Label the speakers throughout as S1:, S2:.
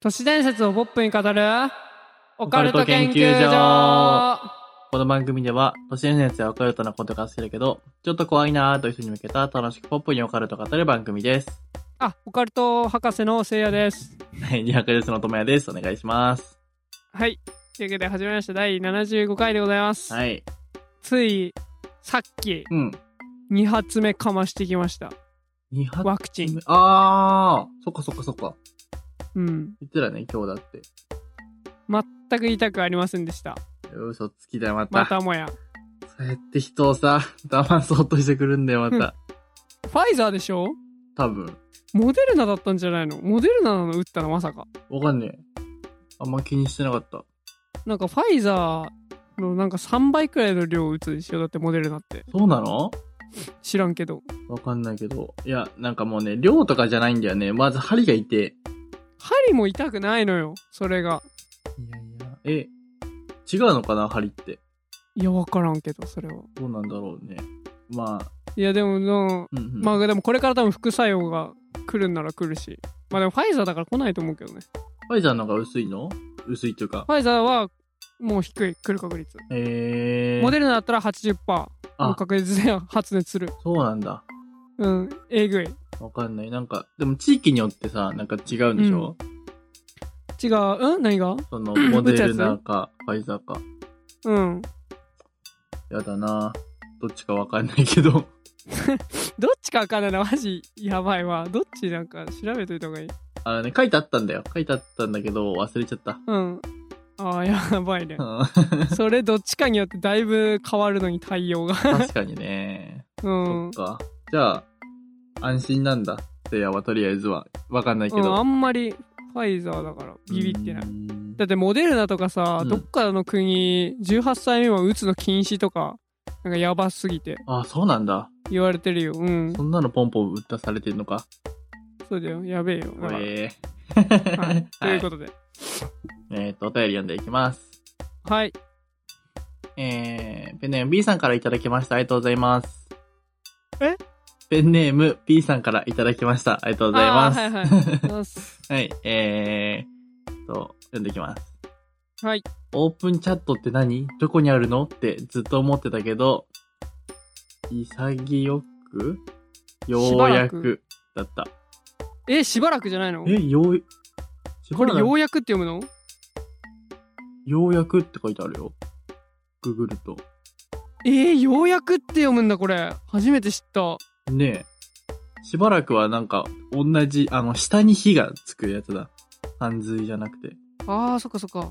S1: 都市伝説をポップに語るオカ
S2: カル
S1: ル
S2: ト
S1: ト
S2: 研
S1: 研
S2: 究
S1: 究
S2: 所
S1: 所
S2: この番組では、都市伝説やオカルトなことが好きだけど、ちょっと怖いなーという人に向けた楽しくポップにオカルトを語る番組です。
S1: あオカルト博士のせいやです
S2: はい、200ですのともやです。お願いします。
S1: はいというわけで始まりました第75回でございます、
S2: はい。
S1: ついさっき
S2: うん。
S1: 2発目かましてきました
S2: 2発
S1: ワクチン
S2: 目。あー、そっかそっかそっか。
S1: うん
S2: 言ってたね、今日だって。
S1: 全く痛くありませんでした
S2: 嘘つきだよ、また。
S1: またもや
S2: そうやって人をさ、 騙そうとしてくるんだよ、また。
S1: ファイザーでしょ
S2: 多分。
S1: モデルナだったんじゃないのモデルナなの打ったのまさか
S2: わかんねえ。あんま気にしてなかった。
S1: なんかファイザーのなんか3倍くらいの量を打つでしょだってモデルナって
S2: そうなの
S1: 知らんけど
S2: わかんないけど。いや、なんかもうね、量とかじゃないんだよね。まず針がいて。
S1: 針も痛くないのよそれが
S2: いやいや。え、違うのかな針って。
S1: いや分からんけどそれは
S2: どうなんだろうね。まあ、
S1: いやでもの
S2: うんうん。
S1: まあでもこれから多分副作用が来るんなら来るしまあでもファイザーだから来ないと思うけどね
S2: ファイザーの方が薄いの薄いというか。
S1: ファイザーはもう低い来る確率
S2: えー。
S1: モデ
S2: ル
S1: ルナだったら80%の確率で発熱する
S2: そうなんだ。
S1: うんえぐい
S2: わかんない。なんか、でも地域によってさ、なんか違うんでしょ、
S1: 違ううん何が
S2: その、モデルナか、ファイザーか。
S1: うん
S2: やだなどっちかわかんないけど。
S1: どっちかわかんないなマジやばいわどっちなんか調べといた方がいい
S2: あのね、書いてあったんだよ。書いてあったんだけど、忘れちゃった。
S1: うんああやばいね
S2: うん
S1: それどっちかによってだいぶ変わるのに対応が
S2: 確かにね。
S1: う
S2: そ
S1: ん
S2: っか。じゃあ、安心なんだ。せいやはとりあえずは。わかんないけ
S1: うん、あ
S2: ど。
S1: んまりファイザーだからビビってないう
S2: ーん
S1: だってモデルナとかさ、
S2: うん
S1: どっかの国18歳未満打つの禁止とかなんかやばすぎて
S2: あ、そうなんだ。
S1: 言われてるようん
S2: そんなのポンポン打たされてんのか。
S1: そうだよやべえよだから
S2: え
S1: は
S2: ー
S1: い、ということ
S2: はい
S1: で
S2: えっと、お便り読んでいきます。
S1: はい
S2: えー、ペンネーム B さんからいただきました。ありがとうございます。
S1: え
S2: ペンネーム B さんからいただきました。ありがとうござい
S1: あ
S2: ま
S1: ー
S2: す。
S1: はいはいありがとうございます
S2: はい、えー、と、読んでいきます。
S1: はい。
S2: オープンチャットって何どこにあるのってずっと思ってたけど、潔くようやくだった。
S1: えしばらくじゃないの
S2: え、よう、
S1: これよ
S2: よ
S1: うやくって読むの
S2: うやくって書いてあるよ。ググると。
S1: えー、ようやくって読むんだこれ初めて知った
S2: ねえ。しばらくはなんか、同じ、あの、下に火がつくやつだ。半髄じゃなくて。
S1: あーそっかそっか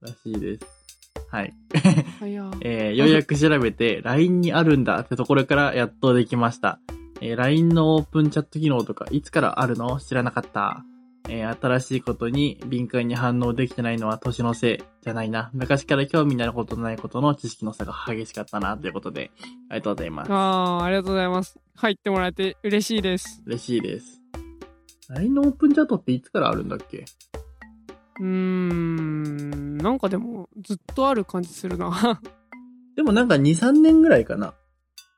S1: ら
S2: しいです。はい。
S1: はいやー
S2: えーようやく調べて、LINE にあるんだってところからやっとできました。えー LINE のオープンチャット機能とか、いつからあるの知らなかった。えー新しいことに敏感に反応できてないのは年のせいじゃないな。昔から興味のあることないことの知識の差が激しかったな、ということで、ありがとうございます。
S1: あーありがとうございます入ってもらえて嬉しいです
S2: 嬉しいです。LINE のオープンチャットっていつからあるんだっけ
S1: うーんなんかでもずっとある感じするな
S2: でもなんか2、3年ぐらいかな。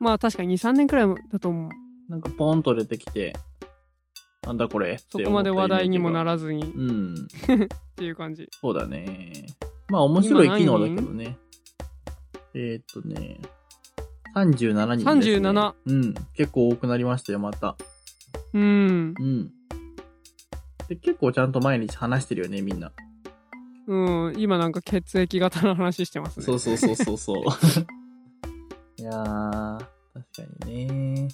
S1: まあ確かに23年くらいだと思う
S2: なんかポーンと出てきて、なんだこれ
S1: そこまで話題にもな
S2: ら
S1: らずにっ
S2: うん。
S1: ていう感じ
S2: そうだね。まあ面白い機能だけどね。えー、っとね、37人です、ね。
S1: 37。
S2: うん。結構多くなりましたよ、また。
S1: うん
S2: うん。で、結構ちゃんと毎日話してるよね、みんな。
S1: うん今なんか血液型の話してますね
S2: そうそうそうそうそう。 いやー、確かにね。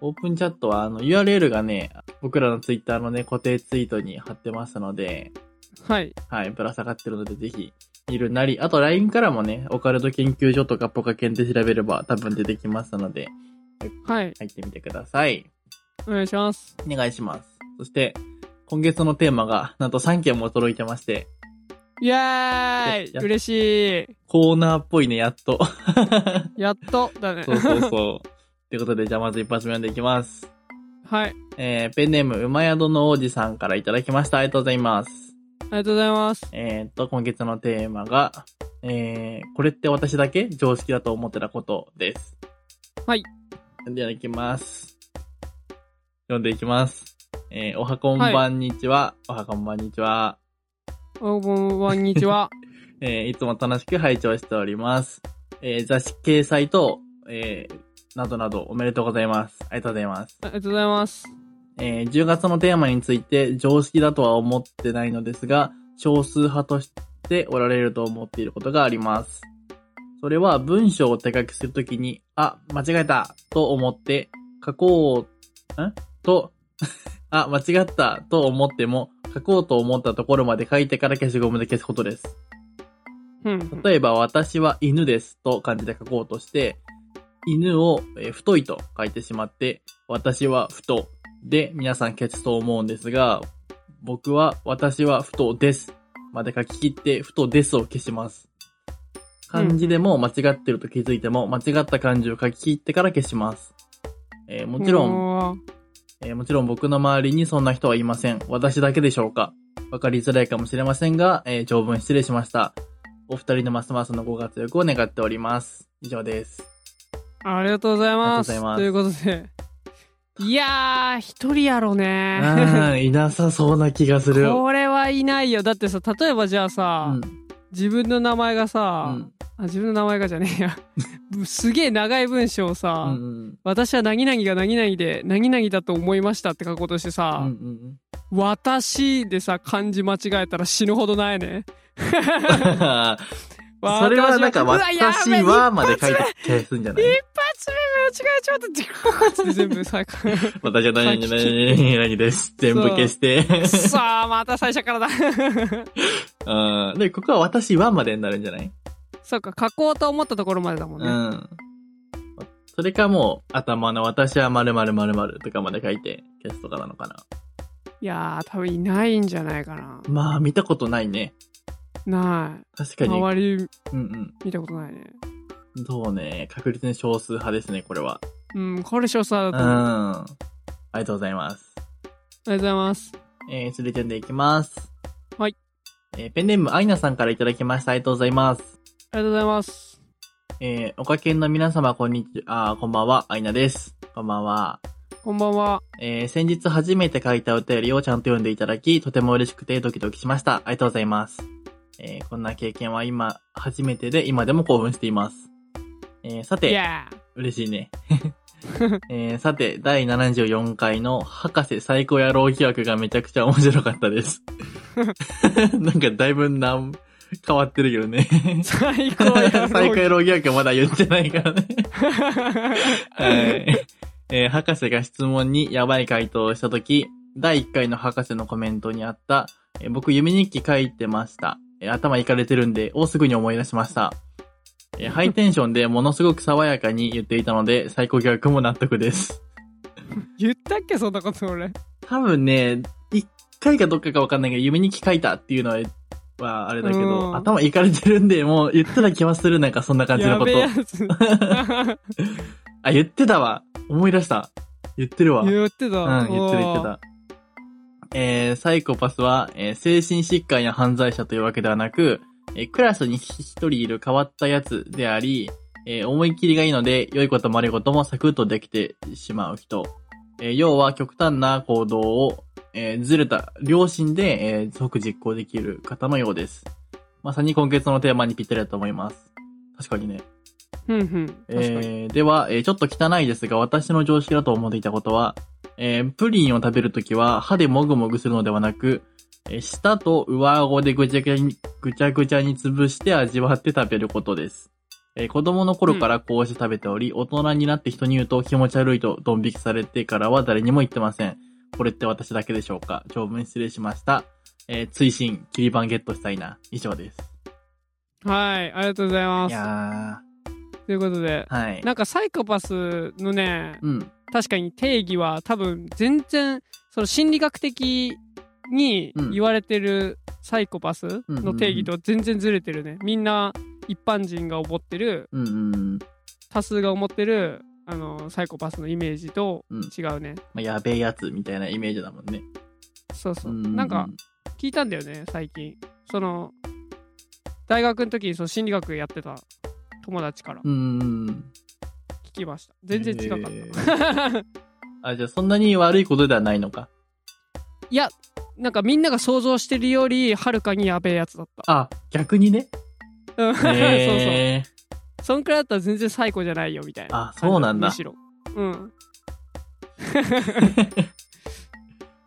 S2: オープンチャットは、あの、URL がね、僕らのツイッターのね、固定ツイートに貼ってますので、
S1: はい
S2: はい、ぶら下がってるので、ぜひ、見るなり、あと LINE からもね、オカルト研究所とかポカ研で調べれば多分出てきますので、
S1: はい
S2: 入ってみてください。
S1: お願いします
S2: お願いします。そして、今月のテーマが、なんと3件も届いてまして、
S1: イエーイ
S2: や
S1: 嬉し
S2: コーナーっぽいね、やっと。
S1: いやっとだね
S2: そうそう そう。ということで、じゃあまず一発目読んでいきます。
S1: はい
S2: えー、ペンネーム、馬宿の王子さんからいただきました。ありがとうございます。
S1: ありがとうございます
S2: えー、っと、今月のテーマが、えー、これって私だけ常識だと思ってたことです。
S1: はい。
S2: ではいきます。読んでいきます。えーおはこんばんにちは。おはこんばんにちは。
S1: おこんばんにち は。
S2: えーいつも楽しく拝聴しております。えー雑誌掲載と、えーなどなどおめでとうございます。ありがとうございます。
S1: ありがとうございます。
S2: えー10月のテーマについて常識だとは思ってないのですが、少数派としておられると思っていることがあります。それは文章を手書きするときに、あ、間違えたと思って、書こう、んと、 あ、間違ったと思っても、書こうと思ったところまで書いてから消しゴムで消すことです。
S1: うん。
S2: 例えば、私は犬ですと漢字で書こうとして、犬をえー太いと書いてしまって、私は太で皆さん消すと思うんですが、僕は私は太ですまで書き切って太ですを消します。漢字でも間違ってると気づいても、間違った漢字を書き切ってから消します。えーもちろん、
S1: ん。
S2: えーもちろん僕の周りにそんな人はいません。私だけでしょうか。わかりづらいかもしれませんが、えー長文失礼しました。お二人のますますのご活躍を願っております。以上です。
S1: ありがとうございます。
S2: ありが
S1: と
S2: と
S1: いううことで。いやー、一人やろ
S2: う
S1: ね。
S2: ーん、いなさそうな気がする。
S1: これはいないよ。だってさ、例えばじゃあ
S2: う
S1: さ、
S2: ん、
S1: 自分の名前が
S2: う
S1: さ、
S2: ん、
S1: あ、自分の名前がじゃねえや。 ぶすげえ長い文章を
S2: う
S1: さ、
S2: ん、うん、
S1: 私は何々が何々で、何々だと思いましたって書こうとして
S2: う
S1: さ、
S2: ん。
S1: 私でさ、漢字間違えたら死ぬほどないね。
S2: それはなんか、
S1: うわや
S2: 私
S1: べえ
S2: はまで書いて消すんじゃない
S1: 一発目間違えちゃったって、全部さ、
S2: 私は何々何々です。全部消して。
S1: さあ、また最初からだ。
S2: うん。で、ここは私はまでになるんじゃない
S1: そうか、書こうと思ったところまでだもん
S2: う
S1: ね。
S2: ん。それかもう、頭の私は〇〇〇〇とかまで書いて消すとかなのかな。
S1: いやー、多分いないんじゃないかな。
S2: まあ、見たことないね。
S1: な
S2: 確
S1: い。
S2: かに。
S1: 周り
S2: うん
S1: 見たことないね。
S2: うん。そうね。確率に少数派ですね、これは。
S1: うん、これ少佐だ
S2: うん。
S1: と思う。あ
S2: ありがとうございます。
S1: りがとうございます。
S2: えー、続いてでいきます。
S1: はい。
S2: えー、ペンネームアイナさんからいただきました。ありがとうございます。
S1: ありがとうございます。
S2: えー、おかけんの皆様、こんにちは。あー、こんばんは。アイナです。こんばんは。
S1: こんばんは。
S2: えー先日初めて書いたお便りをちゃんと読んでいただき、とても嬉しくてドキドキしました。ありがとうございます。えーこんな経験は今、初めてで今でも興奮しています。えーさ
S1: い
S2: て、
S1: や
S2: 嬉し いね。えーさて、第74回の博士最高野郎企画がめちゃくちゃ面白かっ たです。なんかだいぶなん変わってるけどね。
S1: ー。最高
S2: 最高
S1: やろう。
S2: 野郎企画まだ言ってないからね。はい。 えー博士が質問にやばい回答をしたとき、第1回の博士のコメントにあった、えー僕夢日記書いてました。えー頭いかれてるんで、をすぐに思い出しました。 えーハイテンションでものすごく爽やかに言っていたので、最高逆も納得です。
S1: 言ったっけ、そんなこと俺。
S2: 多分ね、1回かどっかかわかんないけど、夢日記書いたっていうのは、はあれだけ
S1: う
S2: ど、
S1: ん
S2: 頭いかれてるんで、もう言ってた気はする、なんかそんな感じの
S1: や
S2: こ
S1: べえ
S2: と。
S1: や つ。
S2: あ、言ってたわ。思い出した。言ってるわ。
S1: 言ってた。
S2: うん、言ってる言ってた。えーサイコパスは、えー精神疾患や犯罪者というわけではなく、えークラスに一人いる変わったやつであり、えー思い切りがいいので、良いことも悪いこともサクッとできてしまう人。えー要は極端な行動を、えーずれた良心で、えー即実行できる方のようです。まさに今月のテーマにぴったりだと思います。確かにね。
S1: うんうん。確かに。
S2: えーでは、えーちょっと汚いですが、私の常識だと思っていたことは、えープリンを食べるときは歯でもぐもぐするのではなく、えー舌と上顎でぐちゃぐちゃに、ぐちゃぐちゃに潰して味わって食べることです。えー子供の頃からこうして食べており、大人になって人に言うと気持ち悪いとドン引きされてからは誰にも言ってません。これって私だけでしょうか長文失礼しました。えー、追伸、切り板ゲットしたいな。以上です。
S1: はい、ありがとうございま
S2: い
S1: す。
S2: や
S1: ということで、
S2: ー、はい。
S1: なんかサイコパスのね、
S2: うん、
S1: 確かに定義は多分全然、その心理学的に
S2: うん
S1: 言われてるサイコパスの定義とは全然ずれてるね。みんな一般人が思ってる、
S2: うん、うん。
S1: 多数が思ってる、あの、サイコパスのイメージと
S2: うん
S1: 違うね。
S2: まあ、やべえやつみたいなイメージだもんね。
S1: そうそう。
S2: う
S1: なんか、聞いたんだよね、最近。その、大学の時にその心理学やってた友達から
S2: うんうん。
S1: 聞きました。全然違かった。
S2: た。あ、じゃあそんなに悪いことではないのか。
S1: いや、なんかみんなが想像してるより、はるかにやべえやつだった。
S2: あ、逆にね。
S1: うんそう そう。
S2: へー
S1: そんくらいだったら全然最高じゃないよみたいな。
S2: あそうなんだ
S1: むしろ。うん。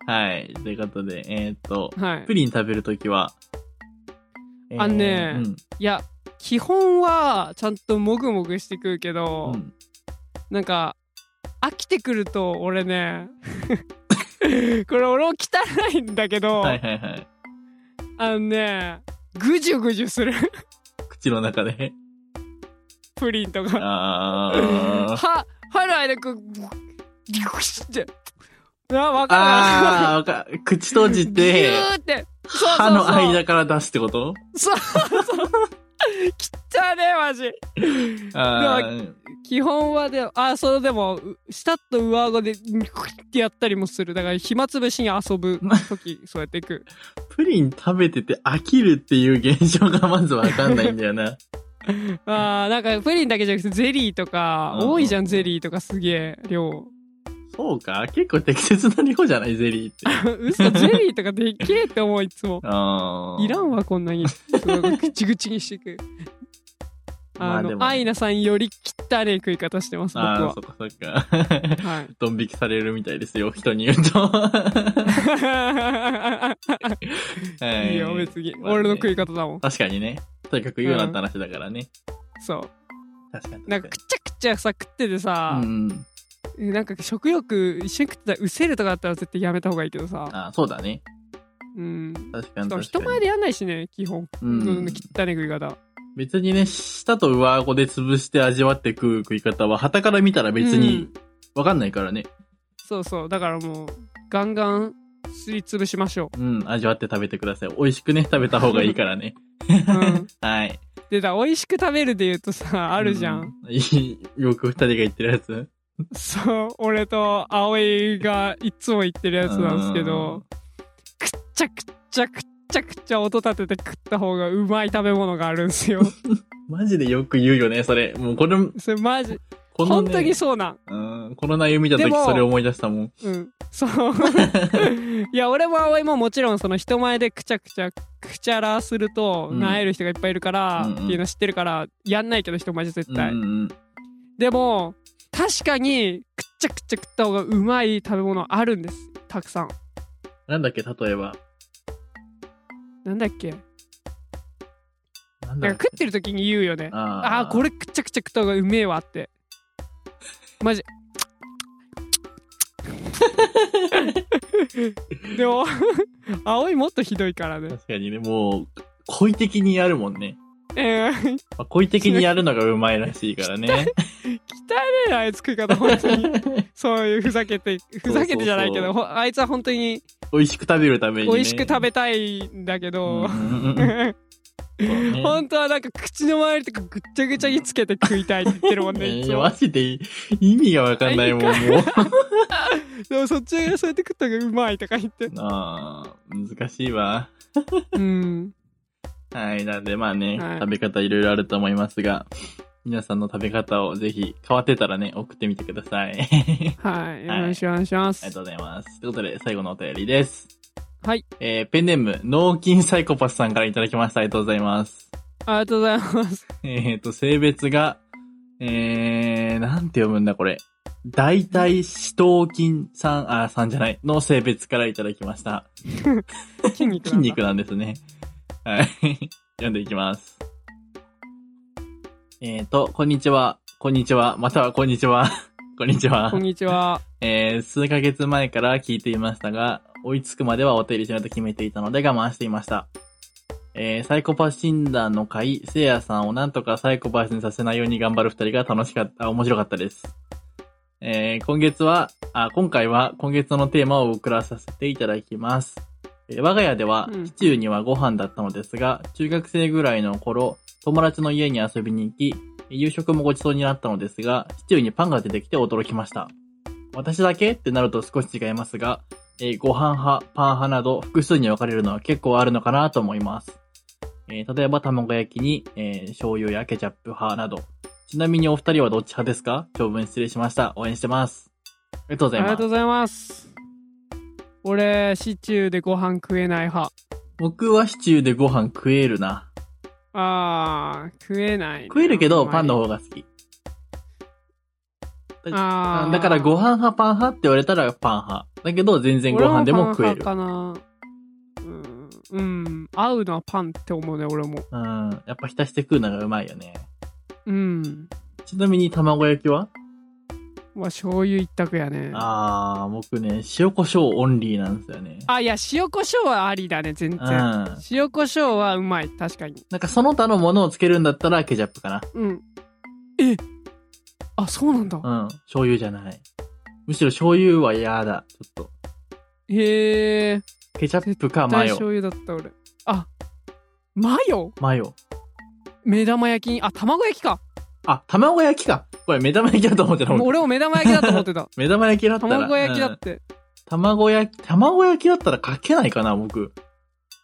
S2: はい。ということで、えーっと、
S1: はい
S2: プ。リン食べるときは、えー
S1: あのねいや、基本はちゃんともぐもぐしてくるけ
S2: うん
S1: ど、
S2: うん
S1: なんか、飽きてくると俺ね、 これ俺も汚いんだけど、
S2: はいはいはい。
S1: あのね、ぐじゅぐじゅする。
S2: 口の中 で。
S1: プリンとか。
S2: あー。
S1: は、歯の間く、 ギュシって。あ、わか
S2: あー、わかる口閉
S1: る
S2: じ
S1: ギ
S2: て、
S1: ューって。 そうそうそう
S2: 歯の間から出すってこと
S1: そうそう。 汚ねえ、マジ。
S2: あー
S1: 基本はであそれでもう下と上顎でニコってやったりもするだから暇つぶしに遊ぶ 時そうやっていく
S2: プリン食べてて飽きるっていう現象がまずわかんないんだよ な。
S1: あーなんかプリンだけじゃなくてゼリーとか
S2: うん
S1: 多いじゃんゼリーとかすげえ量
S2: そうか結構適切な量じゃないゼリーって。
S1: 嘘ゼリーとかでっけえって思ういつも
S2: あー
S1: いらん。わこんなにすごいぐちぐちにしていく
S2: ま
S1: あ
S2: あで
S1: の
S2: も
S1: アイナさんより汚ねえ食い方してます僕
S2: あ
S1: は
S2: あ、そっかそっか。
S1: はい
S2: ドン引きされるみたいですよ、人に言うと。 はい
S1: いよ別に俺の食い方だもん
S2: 確かにね。とにかく言うなって話だからね。
S1: そう
S2: 確かに。
S1: なんかくちゃくちゃさ食っててさ、
S2: うん。
S1: えなんか食欲一緒に食ってたらうせるとかだったら絶対やめた方がいいけどさ
S2: ああ、そうだね。
S1: うん
S2: 確かに
S1: し
S2: 確
S1: か
S2: か
S1: も
S2: に。
S1: 人前でやんないしね基本
S2: う
S1: どん。
S2: ん
S1: 切ったね食い方
S2: 別にね、舌と上顎で潰して味わって食う食い方は、旗から見たら別
S1: う
S2: に
S1: ん
S2: わかんないからね。
S1: そうそうだからもうガンガンすりつぶしましょ
S2: うん、味わって食べてください。美味しくね、食べた方がいいか らね。
S1: う、うん、
S2: はい。
S1: でだ美味しく食べるで言うとさあるじゃん、
S2: う。いいよく二人が言ってるやつ。
S1: そう俺と葵がいつも言ってるやつなんですけどくっちゃくっちゃくっちゃくっちゃ音立てて食った方がうまい食べ物があるん すよ
S2: マジでよく言うよね、それ。もうこれ、
S1: それマジ
S2: この、
S1: 本
S2: ね、
S1: 当にそうなん
S2: うん、この内容見たと
S1: で
S2: き
S1: も
S2: それ思い出したもん。
S1: うん、そう。 いや、俺も葵ももちろんその人前でくちゃくちゃ、くちゃらすると、
S2: うん
S1: なえる人がいっぱいいるから、
S2: うんうん
S1: っていうの知ってるから、やんないけど人前じゃ絶対。
S2: うんうんうん、
S1: でも、確かに、くちゃくちゃ食った方がうまい食べ物あるんです。たくさん。
S2: なんだっけ、例えば。
S1: なんだっけ
S2: なん
S1: な
S2: だ
S1: んか食ってる時に言うよね。
S2: あ
S1: ああー、これ
S2: れ。
S1: くちゃくちゃ食った方がうめえわって。マ ジ。でも、葵もっとひどいからね。
S2: 確かにね、もう、故意的にやるもんね。
S1: えー
S2: まあ、故意的にやるのがうまいらしいか らね。
S1: 汚ねえなあいつ食い方本当に そういうふざけてふざけてじゃないけど
S2: そう
S1: ほあいつは本当に
S2: 美味しく食べるために、ね。
S1: 美味しく食べたいんだけ
S2: うんう
S1: ど、
S2: んうんそうね
S1: 本当はなんか口の周りとかぐっちゃぐちゃにつけて食いたいって言ってるもん
S2: え
S1: ねいつ
S2: ー、
S1: も
S2: マジで意味がわかんないもん、もう。
S1: でもそっちがそうやって食った方がうまいとか言って
S2: ああ、難しいわ。
S1: うん
S2: はい、なんでまあね、
S1: はい
S2: 食べ方いろいろあると思いますが、皆さんの食べ方をぜひ変わってたらね、送ってみてください。
S1: はいよ
S2: はい
S1: ろしくお願いします、
S2: ありがとうございます。ということで、最後のお便りです。
S1: はい。
S2: えー、ペンネーム、脳筋サイコパスさんからいただきました。ありがとうございます。
S1: ありがとうござい ます
S2: えーと、性別が、えー、なんて読むんだこれ。大体、死闘筋さん、あ、さんじゃない、の性別からいただきました。
S1: 筋肉
S2: 筋肉
S1: だ
S2: なんですね。はい。 読んでいきます。えーと、こんにちは。こんにちは。またはこんにちは。 こんにちは
S1: こん。にちは
S2: えー数ヶ月前から聞いていましたが、追いつくまではお手入れしないと決めていたので我慢していました。えーサイコパス診断の会、せいやさんをなんとかサイコパスにさせないように頑張る二人が楽しかった、面白かったです。えー今月は、あ、今回は今月のテーマを送らさせていただきます。えー我が家では
S1: うん、
S2: シチューにはご飯だったのですが、中学生ぐらいの頃、友達の家に遊びに行き、夕食もごちそうになったのですが、シチューにパンが出てきて驚きました。私だけってなると少し違いますが、えーご飯派、パン派など複数に分かれるのは結構あるのかなと思います。えー例えば卵焼きに、えー醤油やケチャップ派など。ちなみにお二人はどっち派ですか長文失礼しました。応援してます。ありがとうご
S1: あ
S2: ざい
S1: り
S2: ま
S1: が
S2: す
S1: とう。ございます俺、シチューでご飯食えない派。
S2: 僕はシチューでご飯食えるな。
S1: あー、食えないな。
S2: 食えるけ
S1: あ
S2: ど、
S1: んま
S2: パン
S1: り
S2: の方が好き。
S1: あ
S2: あ
S1: ー
S2: だから、ご飯派、パン派って言われたらパン派。だけど、全然ご飯でも食える
S1: 俺。もパン派かな。うん、うん、合うのはパンって思うね、俺も。
S2: うん。やっぱ浸して食うのがうまいよね。
S1: うん。
S2: ちなみに卵焼きは
S1: まあ、醤油一択やね。あ
S2: あー、僕ね、塩コショウオンリーなんですよね。
S1: いや、塩コショウはありだね、全
S2: う
S1: 然。
S2: ん。な
S1: 塩コショウはうまい、確かに。
S2: んかその他のものをつけるんだったらケチャップか
S1: うん。えあ、そうなんだ。
S2: な。うん。醤油じゃない。むしろ醤油は嫌だ。ちょっ
S1: へえ。
S2: と。ケチャップか
S1: 大
S2: マヨ。
S1: 醤油だった、俺。あ、マヨ
S2: マヨ。
S1: 目玉焼きに、あ、卵焼きか。
S2: あ、卵焼きか。これ目玉焼きだと思ってた。
S1: もう
S2: 僕
S1: 俺も目玉焼き だと思ってた。
S2: 目玉焼きだったら。
S1: 卵焼きだ
S2: う
S1: っ
S2: ん
S1: て。
S2: 卵焼き、卵焼きだったらかけないかな、僕。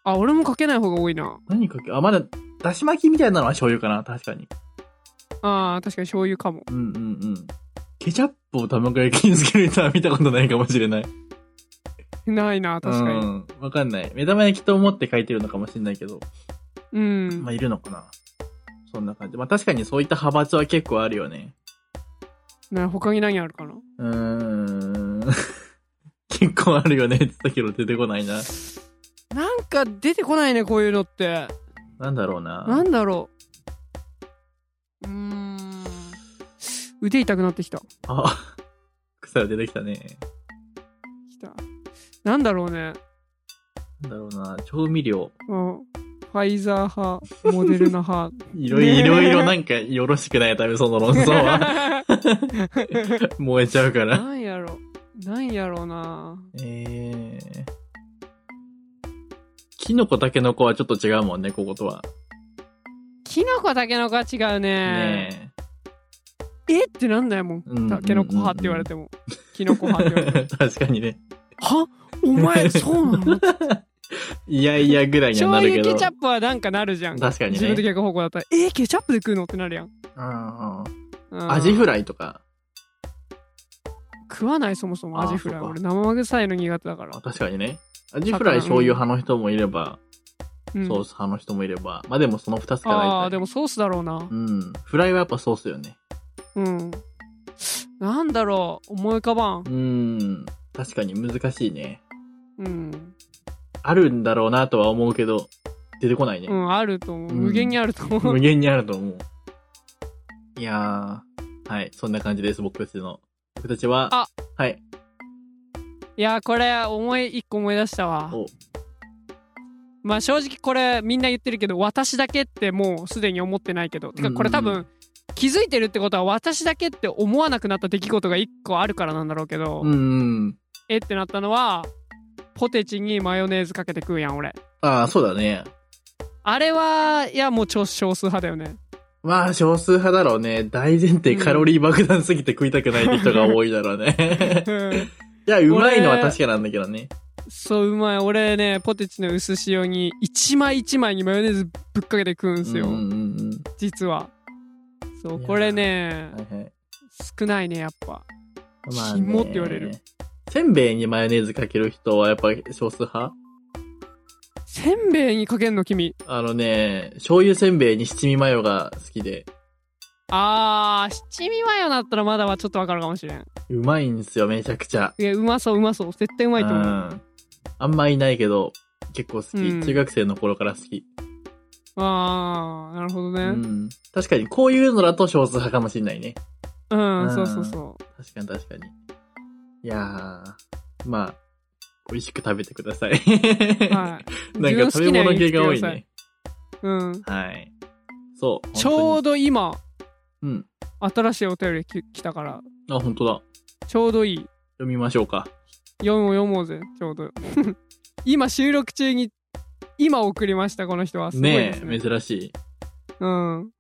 S1: あ、俺もかけない方が多いな。
S2: 何かけ、あ、まだ、だし巻きみたいなのは醤油かな、確かに。
S1: ああ、確かに醤油かも。
S2: うんうんうん。ケチャップを卵焼きにつける人は見たことないかもしれない。
S1: ないな、確かに。
S2: うん。わかんない。目玉焼きと思って書いてるのかもしれないけど。
S1: うん。
S2: まあ、いるのかな。そんな感じ。まあ、確かにそういった派閥は結構あるよね。
S1: な他に何あるかな
S2: うーん。 結構あるよねって言ったけど出てこないな。
S1: なんか出てこないね、こういうのって。
S2: なんだろうな。
S1: なんだろう。うーん。腕痛くなってきた。
S2: あ、草が出てきたね。
S1: きた。なんだろうね。
S2: なんだろうな。調味料。
S1: うん。ファイザー派、モデルナ派。
S2: いろいろ、
S1: ねえ
S2: いろいろなんかよろしくないため、その論争 は。燃えちゃう から。
S1: なんやろ。なんやろうな。
S2: えー。キノコ、タケノコはちょっと違うもんね、こことは。
S1: キノコ、タケノコは違うね。
S2: ね
S1: えってなんだよ、もう
S2: うんうんうんうん
S1: タケノコ派って言われても。キノコ派って言われても。
S2: え。 確かにね。
S1: はお前、そうなの
S2: いやいやぐらいに
S1: 醤
S2: はなるけ
S1: 油
S2: ど。
S1: ケチャップはなんかなるじゃん。
S2: 確かにね
S1: 自分と逆方向だったら、えー、ケチャップで食うのってなるやん。
S2: うんうん
S1: うん
S2: アジフライとか。
S1: 食わないそもそも
S2: あ
S1: アジフライ。
S2: そうか
S1: 俺生臭いの苦手だから
S2: あ。確かにね。アジフライ醤油派の人もいれば、
S1: うん
S2: ソース派の人もいれば。まあでもその二つかない
S1: ああ、でもソースだろうな
S2: う。ん。フライはやっぱソースよね。
S1: うん。なんだろう、思い浮かばん
S2: う。ーん。確かに難しいね。
S1: うん。
S2: あるんだろうなとは思うけど、出てこないね
S1: う。ん、あると思う。
S2: うん
S1: 無限にあると思う
S2: 無。限にあると思う。いやー。はい。そんな感じです、僕たちの。僕たちは、
S1: あ
S2: はい。
S1: いや、これ、思い、一個思い出したわ。
S2: お
S1: まあ正直これみんな言ってるけど私だけってもうすでに思ってないけどてかこれ多
S2: うんう
S1: 分気づいてるってことは私だけって思わなくなった出来事が1個あるからなんだろうけど、
S2: うんうん。
S1: えってなったのはポテチにマヨネーズかけて食うやん俺
S2: ああ、そうだね。
S1: あれはいやもう超少数派だよ ね
S2: まあ、少数派だろうね。大前提カロリー爆弾すぎて食いたくないって人が多いだろ うね。
S1: うん
S2: いや、うまいのは確かなんだけどね。
S1: そううまい俺ねポテチの薄塩に1枚1枚にマヨネーズぶっかけて食うん
S2: う
S1: す
S2: ん
S1: よ、
S2: うんうん。
S1: 実はそう
S2: いやー
S1: これね
S2: はいはい。
S1: 少ないねやっぱ
S2: まあ、
S1: キモって言われる。
S2: せんべいにマヨネーズかける人はやっぱ少数派
S1: せんべいにかけんの君
S2: あのね、醤油せんべいに七味マヨが好きで、
S1: あー、七味マヨだったらまだはちょっとわかるかもしれん。
S2: うまいんですよ、めちゃくちゃ。
S1: いや、うまそう、うまそう。絶対うまいと思う。
S2: ん。あんまいないけど、結構好
S1: う
S2: き。
S1: ん
S2: 中学生の頃から好き。
S1: あー、なるほど
S2: う
S1: ね。
S2: ん。確かに、こういうのだと少数派かもしれないね。
S1: うん、
S2: うん
S1: そうそうそ
S2: 確かに確かに。いやー、まあ、美味しく食べてください。
S1: う。はい。
S2: なんか食べ物系
S1: 自分
S2: が多い
S1: の好きなように
S2: ね。
S1: してください。うん。
S2: はい。そう。
S1: ちょう
S2: ど。
S1: ど今、
S2: うん。
S1: 新しいお便りき来たから、
S2: あ、本当だ。
S1: ちょうどいい。
S2: 読みましょうか。
S1: 読もう読もうぜ、ちょうど。 今収録中に、今送りました、この人は。すごいで
S2: ね
S1: す
S2: え、
S1: ね。
S2: 珍しい。
S1: うん。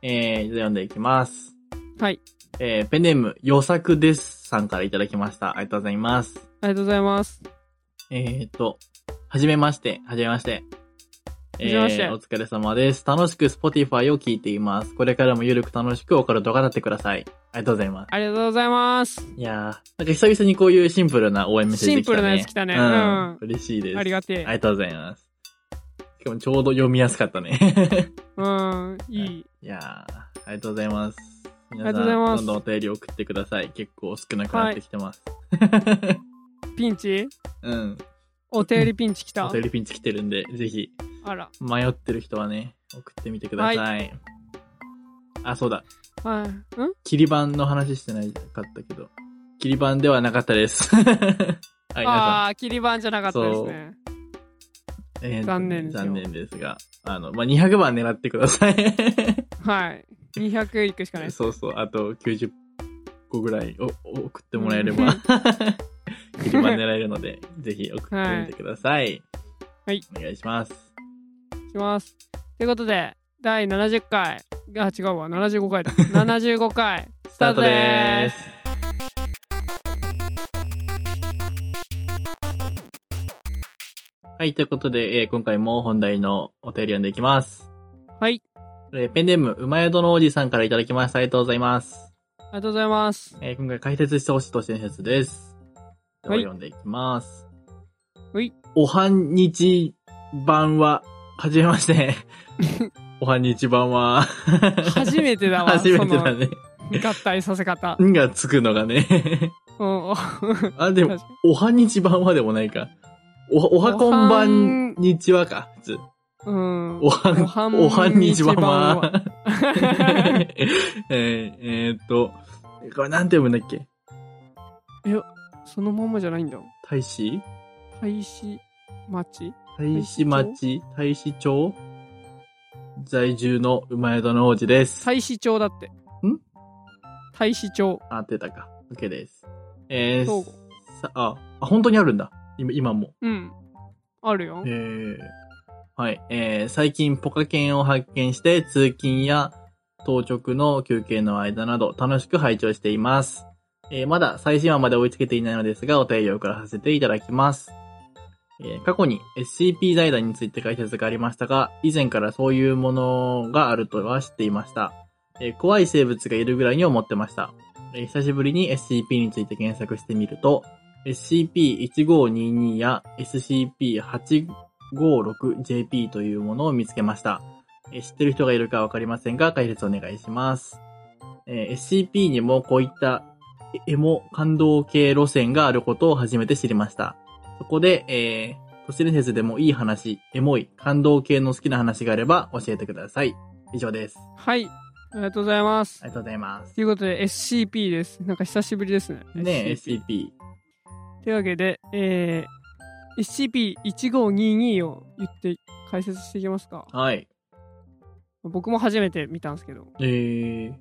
S2: えー、じゃあ読んでいきます。
S1: はい。
S2: えー、ペンネーム、予作ですさんからいただきました。ありがとうございます。
S1: ありがとうございます。
S2: えー、っと、はじめまして、はじめまして。
S1: はじめまして
S2: えーお疲れ様です。楽しく Spotify を聞いています。これからもゆるく楽しくオカルト語ってください。ありがとうございます。
S1: ありがとうございます。
S2: いやー、なんか久々にこういうシンプルな応援メッセージできたね。
S1: シンプルなやつ来たね
S2: う
S1: うん
S2: ん。嬉しいです。
S1: ありがてえ
S2: あ。りがとうございます。しかもちょうど読みやすかったね。
S1: うん、いい。
S2: いやー、ありがとうございます。皆さ
S1: ありが
S2: ん、
S1: とうございます
S2: どんどんお便り送ってください。結構少なくなってきてます。
S1: ピンチ
S2: うん。
S1: お手入りピンチき
S2: お
S1: た
S2: 便。りピンチ来てるんで、ぜひ、
S1: あら。
S2: 迷ってる人はね、送ってみてください。あ、そうだ。
S1: はい。ん
S2: 切り板の話してなかったけど、切り板ではなかったです。 はい、皆さん。
S1: ああー、切り板じゃなかったですね。
S2: えー
S1: 残念ですよ
S2: 残念ですが、あの、まあ、200番狙ってください。
S1: はい。200いくしかないです。
S2: そうそう、あと90個ぐらいをお送ってもらえれ ば、切り板狙えるので、ぜひ送ってみてください。
S1: はい。
S2: お願いします。
S1: いきます。ということで、第70回、あ、違うわ、75回だ。75回、ス
S2: ス
S1: タ
S2: タ
S1: ー
S2: ー
S1: ト
S2: ト
S1: で
S2: で
S1: ー
S2: ー
S1: す
S2: す。。はい、ということで、えー今回も本題のお便り読んでいきます。
S1: はい、
S2: えーペンネーム、馬宿のおじさんからいただきました。ありがとうございます。
S1: ありがとうございます。
S2: えー今回解説してほしいと伝説です。では
S1: はい
S2: 読んでいきます。
S1: はい。
S2: おはんにち版は、はじめま して。おはんにち版は、
S1: 初めてだわ、
S2: 初
S1: そ
S2: めてだ
S1: の
S2: ね。
S1: 合体させ方。
S2: んがつくのが ね。
S1: うん、お
S2: あ、でも、
S1: 確か
S2: おはにち版はでもないか。お、おはこんばんにちはか。普通
S1: うん。
S2: おは
S1: おはん
S2: ん、おはんにちばん
S1: に
S2: は。
S1: え、
S2: えーえーっと、これなんて読むんだっけ
S1: そのまんまじゃないんだ。
S2: 大使
S1: 廃止町
S2: 大使町大使町在住の馬宿の王子です。
S1: 大使町だって。
S2: ん
S1: 大使町。
S2: あ、出たか。OK です。え
S1: そう
S2: ー、さあ、あ、本当にあるんだ。今、今も。
S1: うん。あるよ
S2: え。ーはい。えー最近ポカケンを発見して、通勤や当直の休憩の間など楽しく拝聴しています。えーまだ最新話まで追いつけていないのですが、お便りを送らさせていただきます。えー過去に SCP 財団について解説がありましたが、以前からそういうものがあるとは知っていました。えー怖い生物がいるぐらいに思ってました。えー久しぶりに SCP について検索してみると、SCP-1522 や SCP-856JP というものを見つけました。えー知ってる人がいるかわかりませんが、解説お願いします。えー SCP にもこういったエモ感動系路線があることを初めて知りました。そこで、えー、都市伝説でもいい話、エモい、感動系の好きな話があれば教えてください。以上です。
S1: はい。ありがとうございます
S2: あ。りがとうございます。
S1: ということで SCP です。なんか久しぶりですね。
S2: ねえ、SCP。
S1: というわけで、えー、SCP-1522 を言って解説していきますか。
S2: はい。
S1: 僕も初めて見たんですけど。
S2: えー、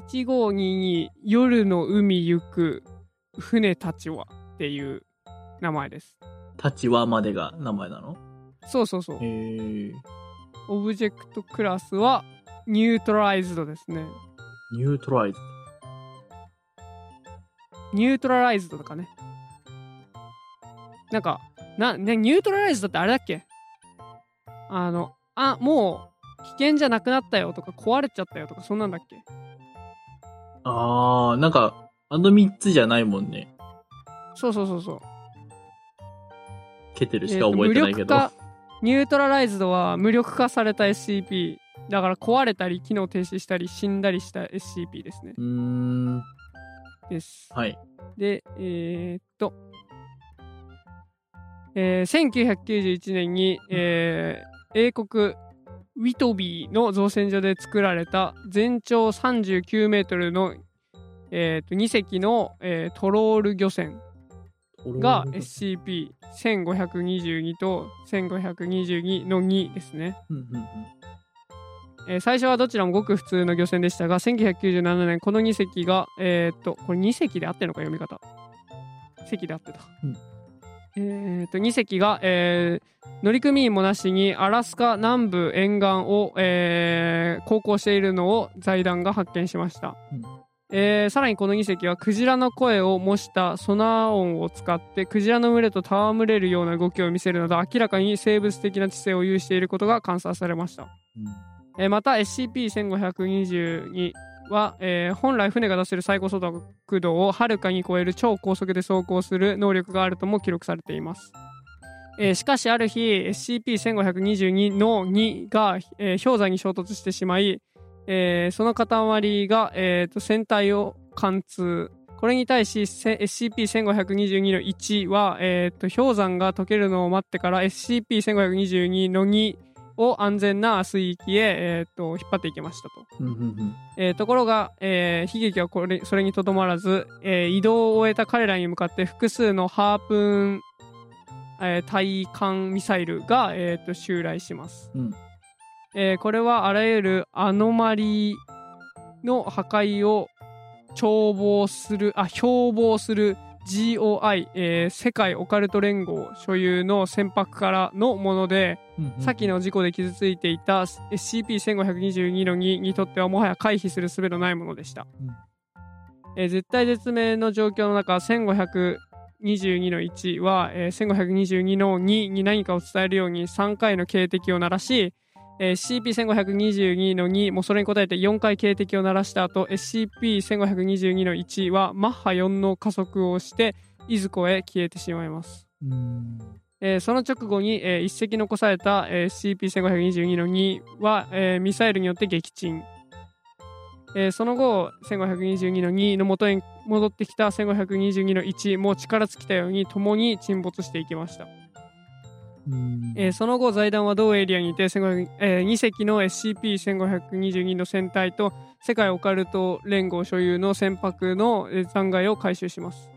S1: SCP-1522 夜の海行く船たちはっていう名前です。
S2: たちはまでが名前なの
S1: そうそうそう
S2: え。ー、
S1: オブジェクトクラスはニュートライズドですね。
S2: ニュートライズ。
S1: ニュートラライズドとかね。なんか、な、ね、ニュートラライズドってあれだっけあの、あ、もう危険じゃなくなったよとか壊れちゃったよとかそんなんだっけ
S2: あー、なんか、あの三つじゃないもんね。
S1: そうそうそうそう。
S2: ケテルし
S1: えー
S2: か
S1: と
S2: 覚えてないけど。
S1: 無力化ニュートラライズドは無力化された SCP。だから壊れたり、機能停止したり、死んだりした SCP ですね。
S2: うーん、
S1: です。
S2: はい。
S1: で、えーっと、えー1991年に、えー英国ウィトビーの造船所で作られた全長39メートルの、えーっと2隻の、えートロール漁船が SCP-1522 と1522の2ですね。
S2: うんうんうん
S1: えー最初はどちらもごく普通の漁船でしたが1997年この2隻がえーっとこれ2隻で合ってるのか読み方隻で合ってた、
S2: うん
S1: えーっと2隻が、えー乗組員もなしにアラスカ南部沿岸を、えー航行しているのを財団が発見しました、
S2: うん
S1: えーさらにこの2隻はクジラの声を模したソナー音を使ってクジラの群れと戯れるような動きを見せるなど明らかに生物的な知性を有していることが観察されましたえーまた SCP-1522 は、えー本来船が出せる最高速度をはるかに超える超高速で走行する能力があるとも記録されています、えーしかしある日 SCP-1522 の2が、えー氷山に衝突してしまい、えーその塊が、えーと船体を貫通これに対しせ SCP-1522 の1は、えーと氷山が溶けるのを待ってから SCP-1522 の2を安全な水域へ、えーと引っ張っていきましたと。
S2: うんうんうん
S1: えーところが、えー悲劇はこれそれにとどまらず、えー移動を終えた彼らに向かって複数のハープーン、えー対艦ミサイルが、えーと襲来します、
S2: うん
S1: えーこれはあらゆるアノマリの破壊を眺望するあ標榜する GOI、えー世界オカルト連合所有の船舶からのもので、
S2: うんうん
S1: さっきの事故で傷ついていた SCP-1522 の2にとってはもはや回避する術のないものでした、
S2: うん
S1: えー絶対絶命の状況の中1522の1は、えー1522の2に何かを伝えるように3回の警笛を鳴らし、えー CP1522 の2もそれに応えて4回警笛を鳴らした後 SCP1522 の1はマッハ4の加速をしていずこへ消えてしまいます
S2: うん
S1: えーその直後に、えー一隻残された、えー CP1522 の2は、えーミサイルによって撃沈、えーその後1522の2の元に戻ってきた1522の1も力尽きたように共に沈没していきました、
S2: うん
S1: えーその後財団は同エリアにて、1500え2隻の SCP-1522 の船体と世界オカルト連合所有の船舶の、えー残骸を回収します、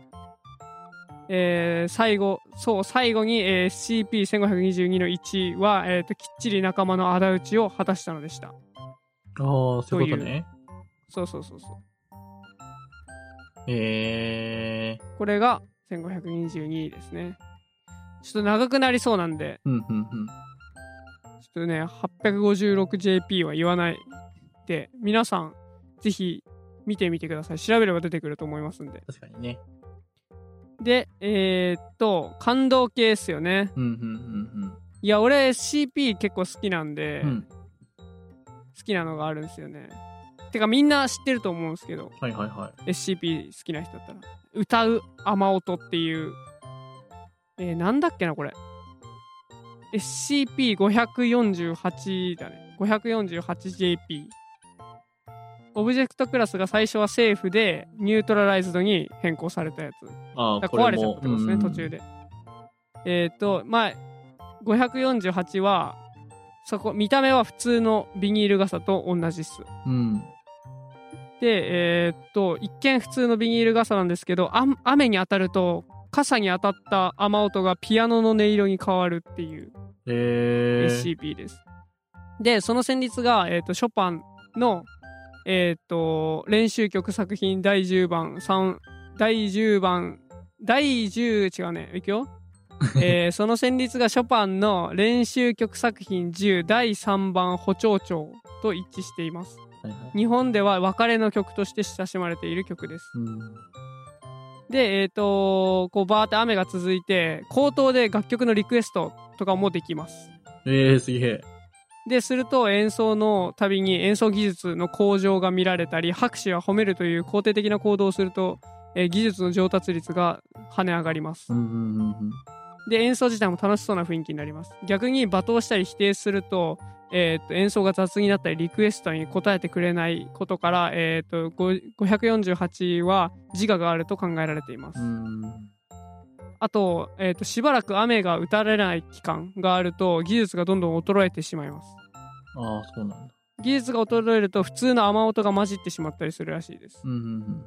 S1: えー最後そう最後に、えー SCP-1522 の1は、えーときっちり仲間の仇討ちを果たしたのでした
S2: ああ、そういうことね。
S1: そうそうそうそう
S2: えー。
S1: これが1522ですねちょっと長くなりそうなんで
S2: うんうんうん。
S1: ちょっとね、856JP は言わないで、皆さん、ぜひ見てみてください。調べれば出てくると思いますんで。
S2: 確かにね。
S1: で、えーっと、感動系ですよね。
S2: うんうん
S1: いや、俺 SCP 結構好きなんで、
S2: うんうん。うん。
S1: 好きなのがあるんですよね。てかみんな知ってると思うんですけど、
S2: はいはいはい。
S1: SCP 好きな人だったら。歌う雨音っていう、えーなんだっけな、これ。SCP-548 だね。548JP。オブジェクトクラスが最初はセーフで、ニュートラライズドに変更されたやつ。
S2: ああ、
S1: だ
S2: こ
S1: か
S2: れ
S1: ら壊れ
S2: も
S1: ちゃったってことですね、途中。で。えっ、と、まあ、548は、そこ、見た目は普通のビニール傘と同じっす。
S2: うん。
S1: で、えーっと、一見普通のビニール傘なんですけど、あん雨に当たると、傘に当たった雨音がピアノの音色に変わるっていう
S2: えー。
S1: SCP です。で、その旋律が、えーっと、ショパンの、えーっと、練習曲作品第10番、三第10番、第10、違うね、いくよ。えーその旋律がショパンの練習曲作品10第3番補聴調と一致しています。
S2: はいはい
S1: 日本では別れの曲として親しまれている曲です。
S2: うん
S1: で、えっ、と、こうバーって雨が続いて、口頭で楽曲のリクエストとかもできます。
S2: えー、すげえ。
S1: で、すると演奏のたびに演奏技術の向上が見られたり、拍手や褒めるという肯定的な行動をすると、えー技術の上達率が跳ね上がります
S2: う。んうんうんうん。
S1: で、演奏自体も楽しそうな雰囲気になります。逆に罵倒したり否定すると、えーと演奏が雑になったり、リクエストに応えてくれないことから、えーとご548は自我があると考えられています。
S2: うん。
S1: あと,、えーと、しばらく雨が打たれない期間があると、技術がどんどん衰えてしまいます。
S2: ああ、そうなんだ。
S1: 技術が衰えると、普通の雨音が混じってしまったりするらしいです
S2: う。んうんうん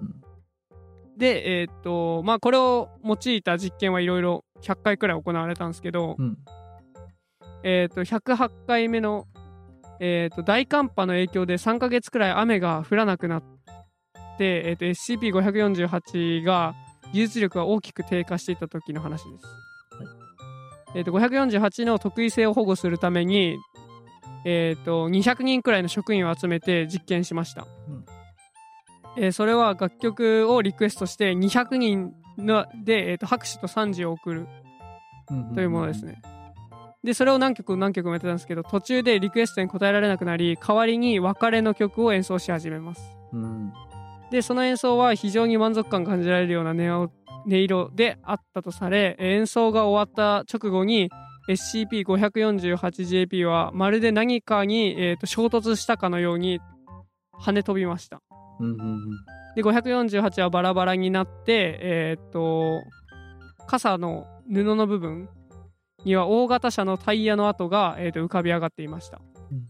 S1: で、えーとまあ、これを用いた実験はいろいろ100回くらい行われたんですけど、
S2: うん。うん。
S1: えー、と108回目の、えー、と大寒波の影響で3ヶ月くらい雨が降らなくなって、えー、と SCP-548 が技術力が大きく低下していた時の話です。えー、と548の特異性を保護するために、えー、と200人くらいの職員を集めて実験しました。
S2: うん
S1: えーそれは楽曲をリクエストして200人ので、えー、と拍手と賛辞を送るというものです。ね。で、それを何曲も何曲もやってたんですけど、途中でリクエストに応えられなくなり、代わりに別れの曲を演奏し始めます。
S2: うん。
S1: で、その演奏は非常に満足感が感じられるような音を音色であったとされ、えー演奏が終わった直後に、SCP-548JP はまるで何かに、えーと衝突したかのように跳ね飛びました。
S2: うんうん
S1: で548はバラバラになってえーっと傘の布の部分には大型車のタイヤの跡が、えーっと浮かび上がっていました、
S2: うん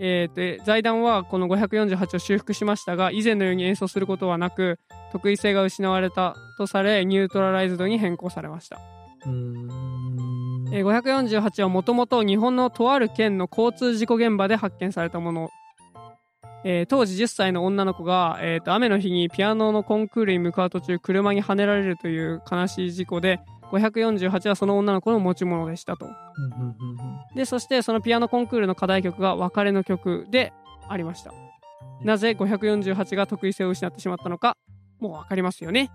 S1: えーっとえ財団はこの548を修復しましたが以前のように演奏することはなく特異性が失われたとされニュートラライズドに変更されました
S2: うん。うん。
S1: えー548はもともと日本のとある県の交通事故現場で発見されたもの、えー当時10歳の女の子が、えーと雨の日にピアノのコンクールに向かう途中車にはねられるという悲しい事故で548はその女の子の持ち物でしたと
S2: うんうんうんうん
S1: でそしてそのピアノコンクールの課題曲が別れの曲でありましたなぜ548が得意性を失ってしまったのかもう分かりますよね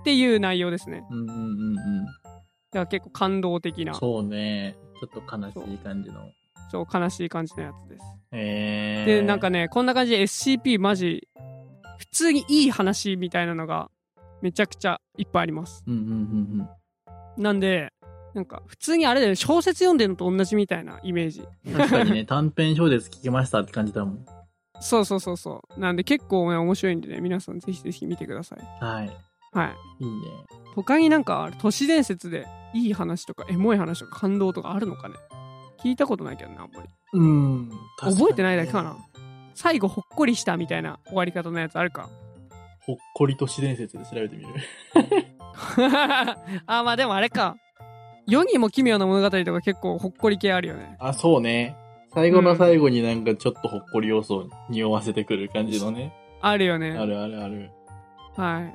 S1: っていう内容ですね
S2: うんうんうんうん。
S1: だから結構感動的な
S2: そうね。ちょっと悲しい感じの。
S1: そう悲しい感じのやつです
S2: えー。
S1: で、なんかね、こんな感じで SCP マジ、普通にいい話みたいなのがめちゃくちゃいっぱいあります。
S2: うんうんうん
S1: なんで、なんか普通にあれだよね、小説読んでるのと同じみたいなイメージ。
S2: うん。確かにね、短編小説聞きましたって感じだもん。
S1: そうそうそうそう。なんで結構ね、面白いんでね、皆さんぜひぜひ見てください。
S2: はい。
S1: はい。
S2: いいね。
S1: 他になんか都市伝説でいい話とかエモい話とか感動とかあるのかね聞いたことないけどな、あんまり。
S2: うん。
S1: 覚えてないだけかな。最後ほっこりしたみたいな終わり方のやつあるか。
S2: ほっこり都市伝説で調べてみる。
S1: あ、まあでもあれか。世にも奇妙な物語とか結構ほっこり系あるよね。
S2: あ、そうね。最後の最後になんかちょっとほっこり要素を匂わせてくる感じのね。
S1: あるよ
S2: あ
S1: ね。
S2: るあるある。
S1: はい。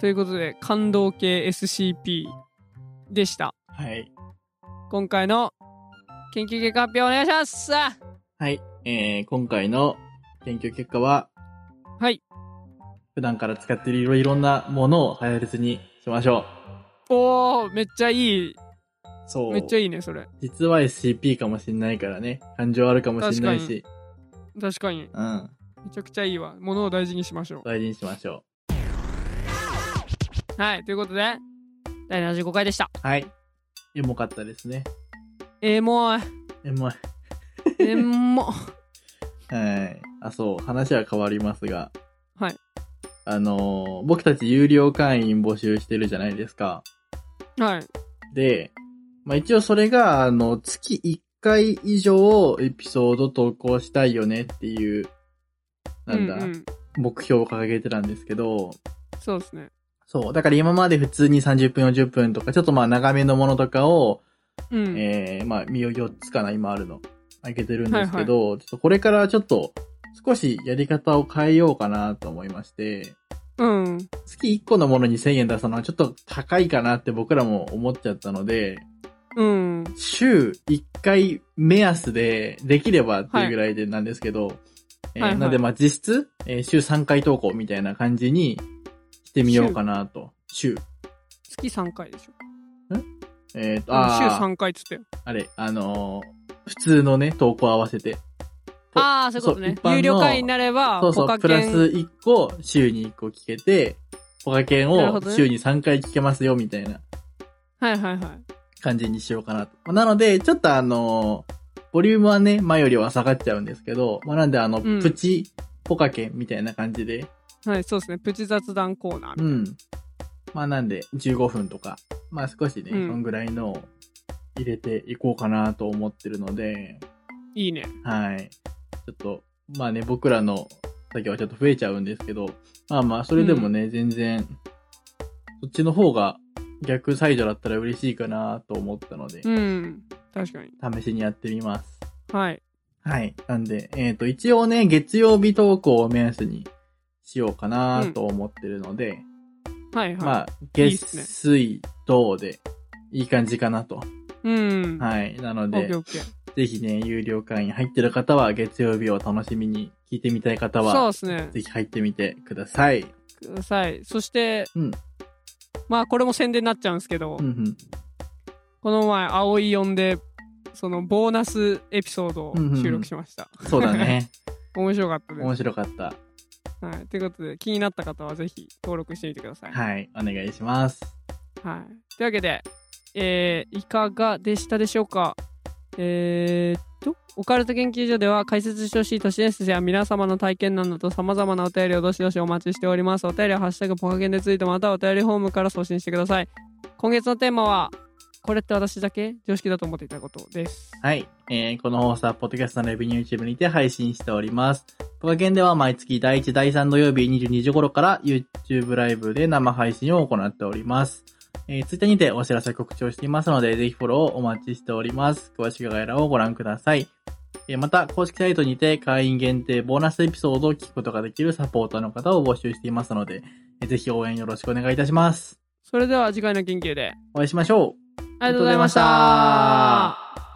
S1: ということで、感動系 SCP でした。
S2: はい。
S1: 今回の研究結果発表お願いしますさあ
S2: はい。えー、今回の研究結果は、
S1: はい。
S2: 普段から使っているいろいろんなものを配列にしましょ
S1: おー、めっちゃいい。
S2: う。そう。
S1: めっちゃ
S2: い。
S1: いいね、それ。
S2: 実は SCP かもしんないからね。感情あるかもしんないし。
S1: 確かに。
S2: うん。
S1: めちゃくちゃいいわ。物を大事にしましょ
S2: 大事にしましょ
S1: う。はい。ということで、第75回でした。
S2: う。はい。エモかったですね。
S1: エモい。
S2: エモい。
S1: エモ。
S2: はい。あ、そう。話は変わりますが。
S1: はい。
S2: あのー僕たち有料会員募集してるじゃないですか。
S1: はい。
S2: で、まあ、一応それが、あの、月1回以上エピソード投稿したいよねっていう、なんだ、
S1: ううん。
S2: 目標を掲げてたんですけど、
S1: そうですね。
S2: そう。だから今まで普通に30分、40分とか、ちょっとまあ長めのものとかを、
S1: うん。
S2: えー、まあ、身を4つかな、今あるの。あげてるんですけど、ちょっとこれからちょっと、少しやり方を変えようかなと思いまして、
S1: うん。
S2: 月1個のものに1000円出すのはちょっと高いかなって僕らも思っちゃったので、
S1: うん。
S2: 週1回目安でできればっていうぐらいでなんですけど、えー
S1: はいはい
S2: なのでまあ実質、えー週3回投稿みたいな感じにしてみようかなと。週。
S1: 月3回でしょ。
S2: えっ、と、
S1: うん週
S2: あー
S1: 3回っつって。
S2: あれ、あのー普通のね、投稿合わせて。と
S1: ああ、そういうことね
S2: そう一。般の
S1: 有料会員になれば、
S2: そう
S1: ポ
S2: そ
S1: カ
S2: う、プラ
S1: ケ
S2: ス
S1: ン。
S2: 1個、週に1個聞けて、ポカケン
S1: なるほ
S2: を
S1: どね
S2: 週に3回聞けますよみたいな
S1: はいはいはい。
S2: 感じにしようかなと。まあなので、ちょっとあのーボリュームはね、前よりは下がっちゃうんですけど、まあなんであの、
S1: うん
S2: プチポカケンみたいな感じで、
S1: はい、そうですね。プチ雑談コーナ
S2: う
S1: ー。
S2: ん。まあなんで、15分とか、まあ少しね、
S1: うん
S2: そんぐらいのを入れていこうかなと思ってるので、
S1: いいね。
S2: はい。ちょっと、まあね、僕らの作業はちょっと増えちゃうんですけど、まあまあ、それでもね、全然、そっちの方が逆サイドだったら嬉しいかなと思ったので、
S1: うん。確かに。
S2: 試しにやってみます。
S1: はい。
S2: はい。なんで、えっ、と、一応ね、月曜日投稿を目安にしようかなと思ってるので、
S1: はいはい。
S2: まあ、
S1: いいっ
S2: 月、
S1: すね
S2: 水、土で、いい感じかなと。
S1: うん。
S2: はい。なの
S1: オッケ
S2: で
S1: ー、オッケー。
S2: ぜひね、有料会員入ってる方は月曜日を楽しみに聞いてみたい方
S1: そう
S2: は、
S1: ですね。
S2: ぜひ入ってみてください。
S1: ください。そして、
S2: うん
S1: まあこれも宣伝になっちゃうんですけど、
S2: うんうん。
S1: この前、葵呼んで、そのボーナスエピソードを収録しました。
S2: そうだ ね。
S1: 面白かったです。
S2: 面白かった。
S1: はい、ということで、気になった方はぜひ登録してみてください。はい。
S2: はい、お願いします。
S1: というわけで、えーいかがでしたでしょうかえーっと、オカルト研究所では解説してほしい都市伝説や皆様の体験談など様々なお便りをどしどしお待ちしております。お便りはハッシュタグポカゲンでツイートまたはお便りフォームから送信してください。今月のテーマは、これって私だけ常識だと思っていたことです。
S2: はい。えーこの放送は、ポッドキャストのレビュー YouTube にて配信しております。ポカケンでは毎月第1、第3土曜日22時頃から YouTube ライブで生配信を行っております。えー、Twitter にてお知らせ告知をしていますので、ぜひフォローをお待ちしております。詳しく概要欄をご覧ください。えーまた、公式サイトにて会員限定ボーナスエピソードを聞くことができるサポーターの方を募集していますので、えーぜひ応援よろしくお願いいたします。
S1: それでは次回の研究で、
S2: お会いしましょう
S1: ありがとうございました。